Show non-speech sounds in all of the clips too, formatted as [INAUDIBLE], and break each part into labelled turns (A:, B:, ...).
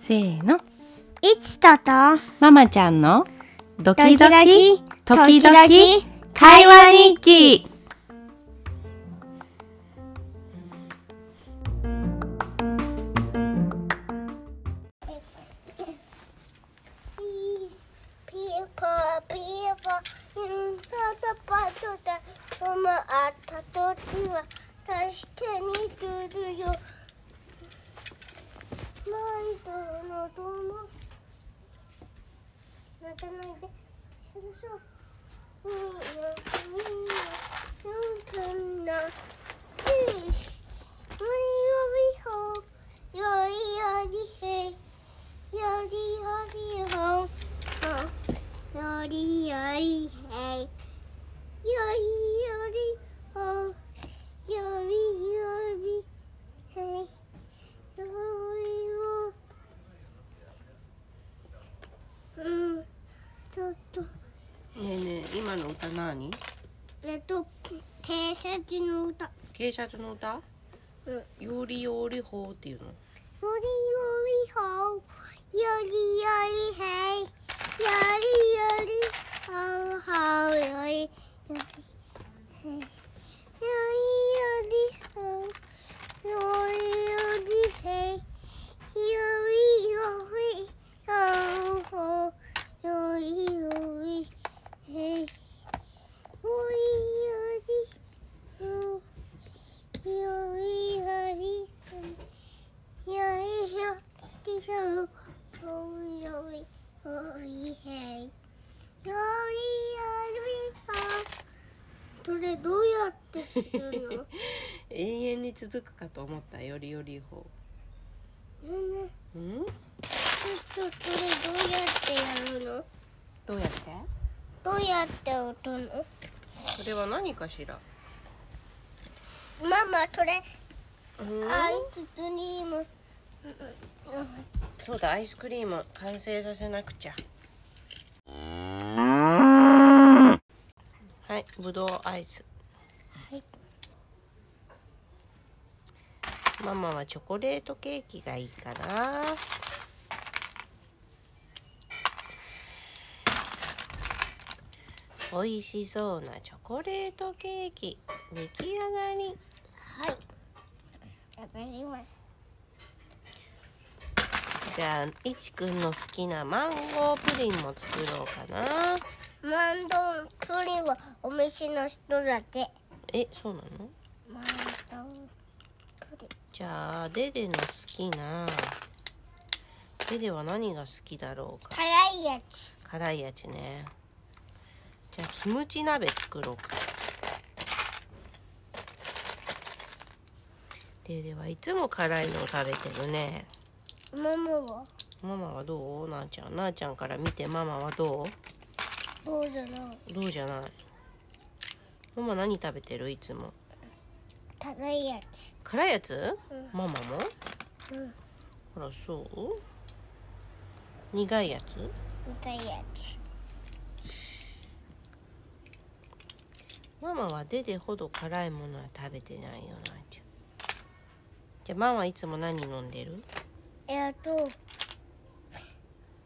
A: せーの。
B: いちとと、
A: ママちゃんのドキド
B: ド
A: キ、
B: キ
A: 時
B: ドキ
A: 々、会話日記。
C: People, people, in the part of the from a tattoo, touch tenny to you. My dono, dono. Not another. You can not fish. When you be home, you're yoddy, hey, yoddy, yoddy, home. Oh. よりよりへいよりよりおよりよりへいよりおうんちょっと
A: ねえねえ、今の歌何
C: えっと停車時の歌よ
A: 傾斜の歌
C: う
A: よりよりほうっていうの。
C: りよりほうよりよりへいよりよりほうほうよりよりへいよりよりほうよりよりへいよりよりほうほうよりよりへいよりよりほうよりよりほうよいよいしょおいよいおいへいよいよいあそれどうやってするの
A: [LAUGHS] 永遠に続くかと思ったよりよりほ
C: ね
A: う。ん
C: ちょっとそれどうやってやるの
A: どうやって
C: どうやって踊るの
A: それは何かしら
C: ママそれ
A: うん
C: アイスクリーム
A: そうだ、アイスクリーム完成させなくちゃ。はい、ぶどうアイス。
C: はい
A: ママはチョコレートケーキがいいかな。美味しそうなチョコレートケーキ出来上がり
C: はいわかりまし
A: じゃあいちくんの好きなマンゴープリンも作ろうかな
C: たマンドプリンはお店の人だけ
A: えそうなの
C: マンドプリン
A: じゃあデデの好きなデデは何が好きだろうか
C: 辛いやつ
A: 辛い味ねじゃあキムチ鍋作ろうかデデはいつも辛いのを食べてるね
C: ママは
A: ママはどうなあちゃんなあちゃんから見てママはど
C: どうじゃないう
A: どうじゃないママ何食べてるいつも
C: 高いやつ
A: 辛いやつ、
C: うん
A: ママも
C: うん
A: ほらそう苦いやつ
C: 高いやつ
A: ママはデデほど辛いものは食べてないよなあちゃんじゃあママいつも何飲んでる
C: えっと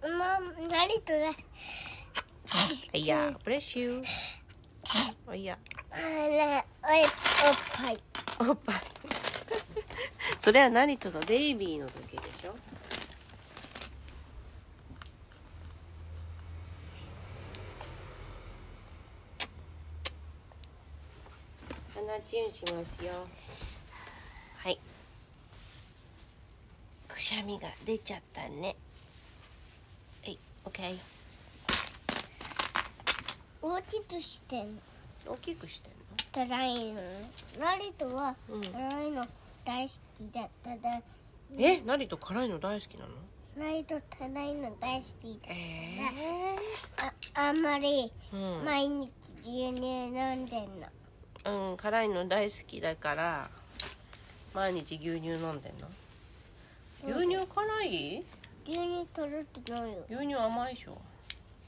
C: ま何とね
A: あいやブレッシュあいや
C: あれおいおっぱい
A: おっぱいそれは何とのベイビーの時でしょ鼻チューしますよはいくしゃみが出ちゃったねはいオッケー
C: 大きくしてんの
A: 大きくしてんの
C: 辛いの何とは
A: うん
C: 辛いの大好きだっただ
A: え、なりと辛いの大好きなの
C: 何と辛いの大好きだ
A: え
C: ああんまり
A: うん、
C: 毎日牛乳飲んでんの
A: うん、辛いの大好きだから毎日牛乳飲んでんの牛乳辛い
C: 牛乳取るってどうよ
A: 牛乳甘いでしょ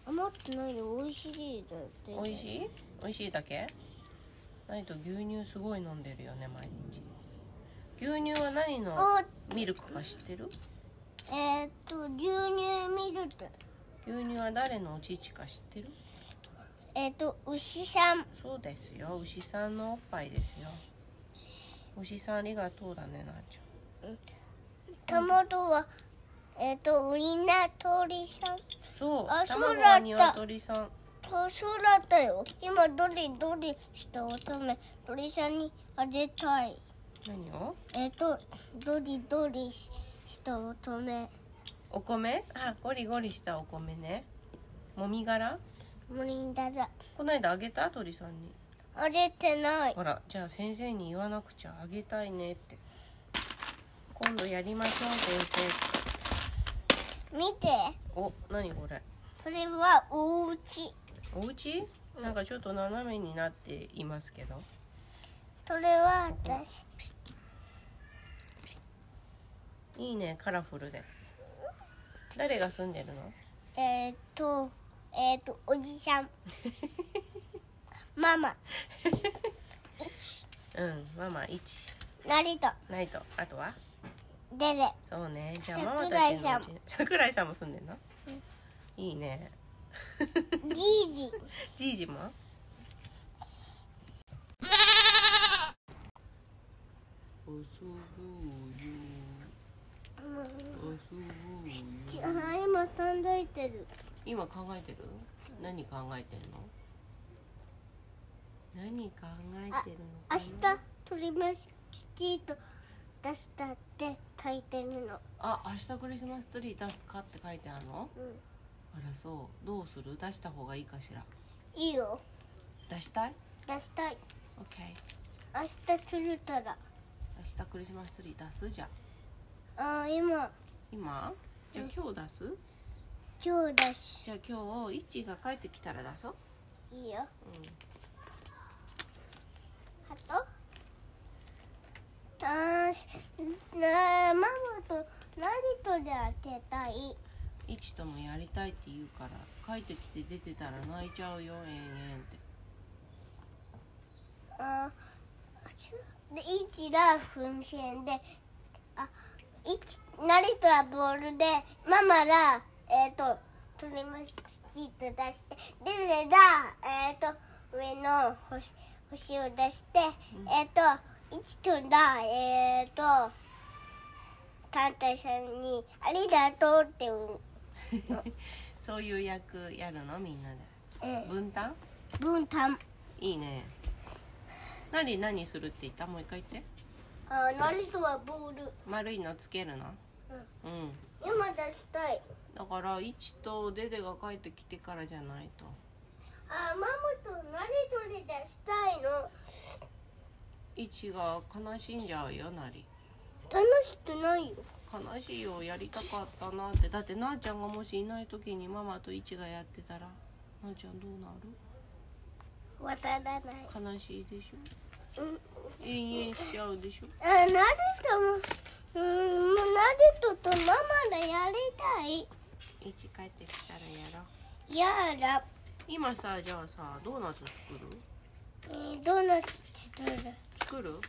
C: 余ってないで美味しいだって
A: 美味しい美味しいだけないと牛乳すごい飲んでるよね毎日牛乳は何の
C: お
A: ミルクか知ってる
C: えーっと牛乳ミルク
A: 牛乳は誰のお乳か知ってる
C: えーっと牛さん
A: そうですよ牛さんのおっぱいですよ牛さんありがとうだねなあち
C: トマトはえーっとウインナー鳥さん
A: ゃんそう
C: あそう
A: 卵
C: だっ
A: は
C: た
A: 鶏さん
C: とそうだったよ今どれどれしたおため鳥さんにあげたい
A: 何を
C: えーっとどれどれしたおため
A: お米あゴリゴリしたお米ねもみ殻
C: 無理だだ
A: こないだあげた鳥さんに
C: あげてない
A: ほらじゃあ先生に言わなくちゃあげたいねって今度やりましょう先
C: 見て
A: 生お何これ
C: それはお家
A: お家なんかちょっと斜めになっていますけど
C: それは私
A: いいねカラフルで誰が住んでるの
C: えーっとえーっとおじさんママ
A: うんママ1
C: 成田
A: ないとあとは
C: デレ
A: そうねじゃあママ
C: 桜井
A: たちの
C: さん
A: うち桜井さんも住んでるの、いいね
C: じいじ
A: じいじも
B: 遊ぼうよ遊ぼうよ
C: あ今サンドイてる
B: 今考えてる何考えてんの何考えてるのかな
C: 明日取りましきと出したって書いてるの
B: あ明日クリスマスツリー出すかって書いてあるの
C: う
B: あらそうどうする出した方がいいかしら
C: んいいよ
B: 出したい
C: 出したい
B: ?OK
C: 明日釣れたら
B: 明日クリスマスツリー出すじゃあ
C: あ今
B: 今じゃあ今日出す
C: 今日だし
B: じゃあ今日イッチーが帰ってきたら出そう
C: いいよ
B: うん
C: ハトたしなママと何とで当てたい
B: いちともやりたいって言うから帰ってきて出てたら泣いちゃうよえんえんって
C: あちょで1が噴船であ一成田はボールでママがえっ、と取りましきと出してでレがえっ、と上の星星を出して、えっ、と1とがえっ、と艦隊さんに「ありがとう」って言う、
B: [LAUGHS] そういう役やるのみんなで
C: えー、
B: 分担
C: 分担
B: いいね何何するって言ったもう一回言って
C: あ成田はボール
B: 丸いのつけるのうん、
C: 今出したい
B: だからいちとデデが帰ってきてからじゃないと
C: あママと何とで出したいの
B: いちが悲しんじゃうよなり
C: 楽しくないよ
B: 悲しいよやりたかったなってだってなあちゃんがもしいない時にママといちがやってたらなあちゃんどう
C: わからない
B: なる悲しいでしょ
C: うん
B: 延々しちゃうでしょ
C: あナルトもうんもうナルトとママがやりたい
B: いち帰ってきたらやろう
C: やら
B: 今さじゃあさドーナツ作る
C: えー、ドーナツ作る
B: 作る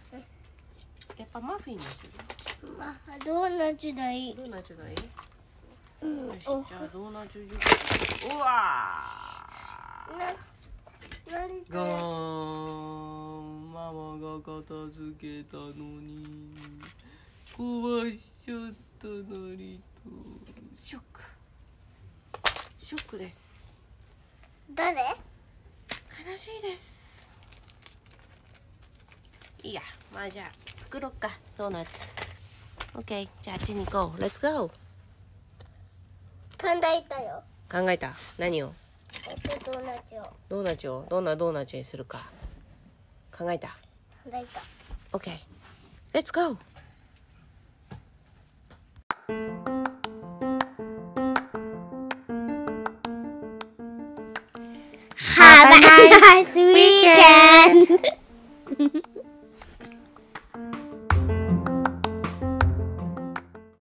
B: やっぱマフィンにする
C: まあドーナツだい
B: ドーナツがいい
C: うん
B: よしじゃ
C: お
B: あドーナツ作るうわ
C: なナル
B: ーが
C: ト
B: ーんママが片付けたのに壊しちゃったなりとショックショックです
C: 誰
B: 悲しいですいいやまあじゃあ作ろっかドーナツ
A: OK じゃああっちに行こう Let's go
C: 考えたよ
A: 考えた何を
C: えっとドーナツを
A: ドーナツをどんなドーナツにするか考えた
C: 考えた
A: OK Let's go
C: ハバナイスウィーケン